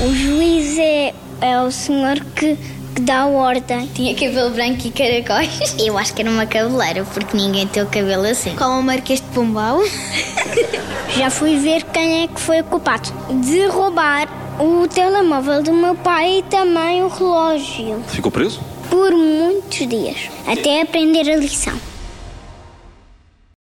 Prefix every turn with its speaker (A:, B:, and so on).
A: O juiz é, é o senhor que, que dá a ordem.
B: Tinha cabelo branco e caracóis.
C: Eu acho que era uma cabeleira, porque ninguém tem o cabelo assim.
B: Como é o Marquês de Pombal.
A: Já fui ver quem é que foi culpado de roubar o telemóvel do meu pai e também o relógio
D: Ficou preso?
A: por muitos dias, até aprender a lição.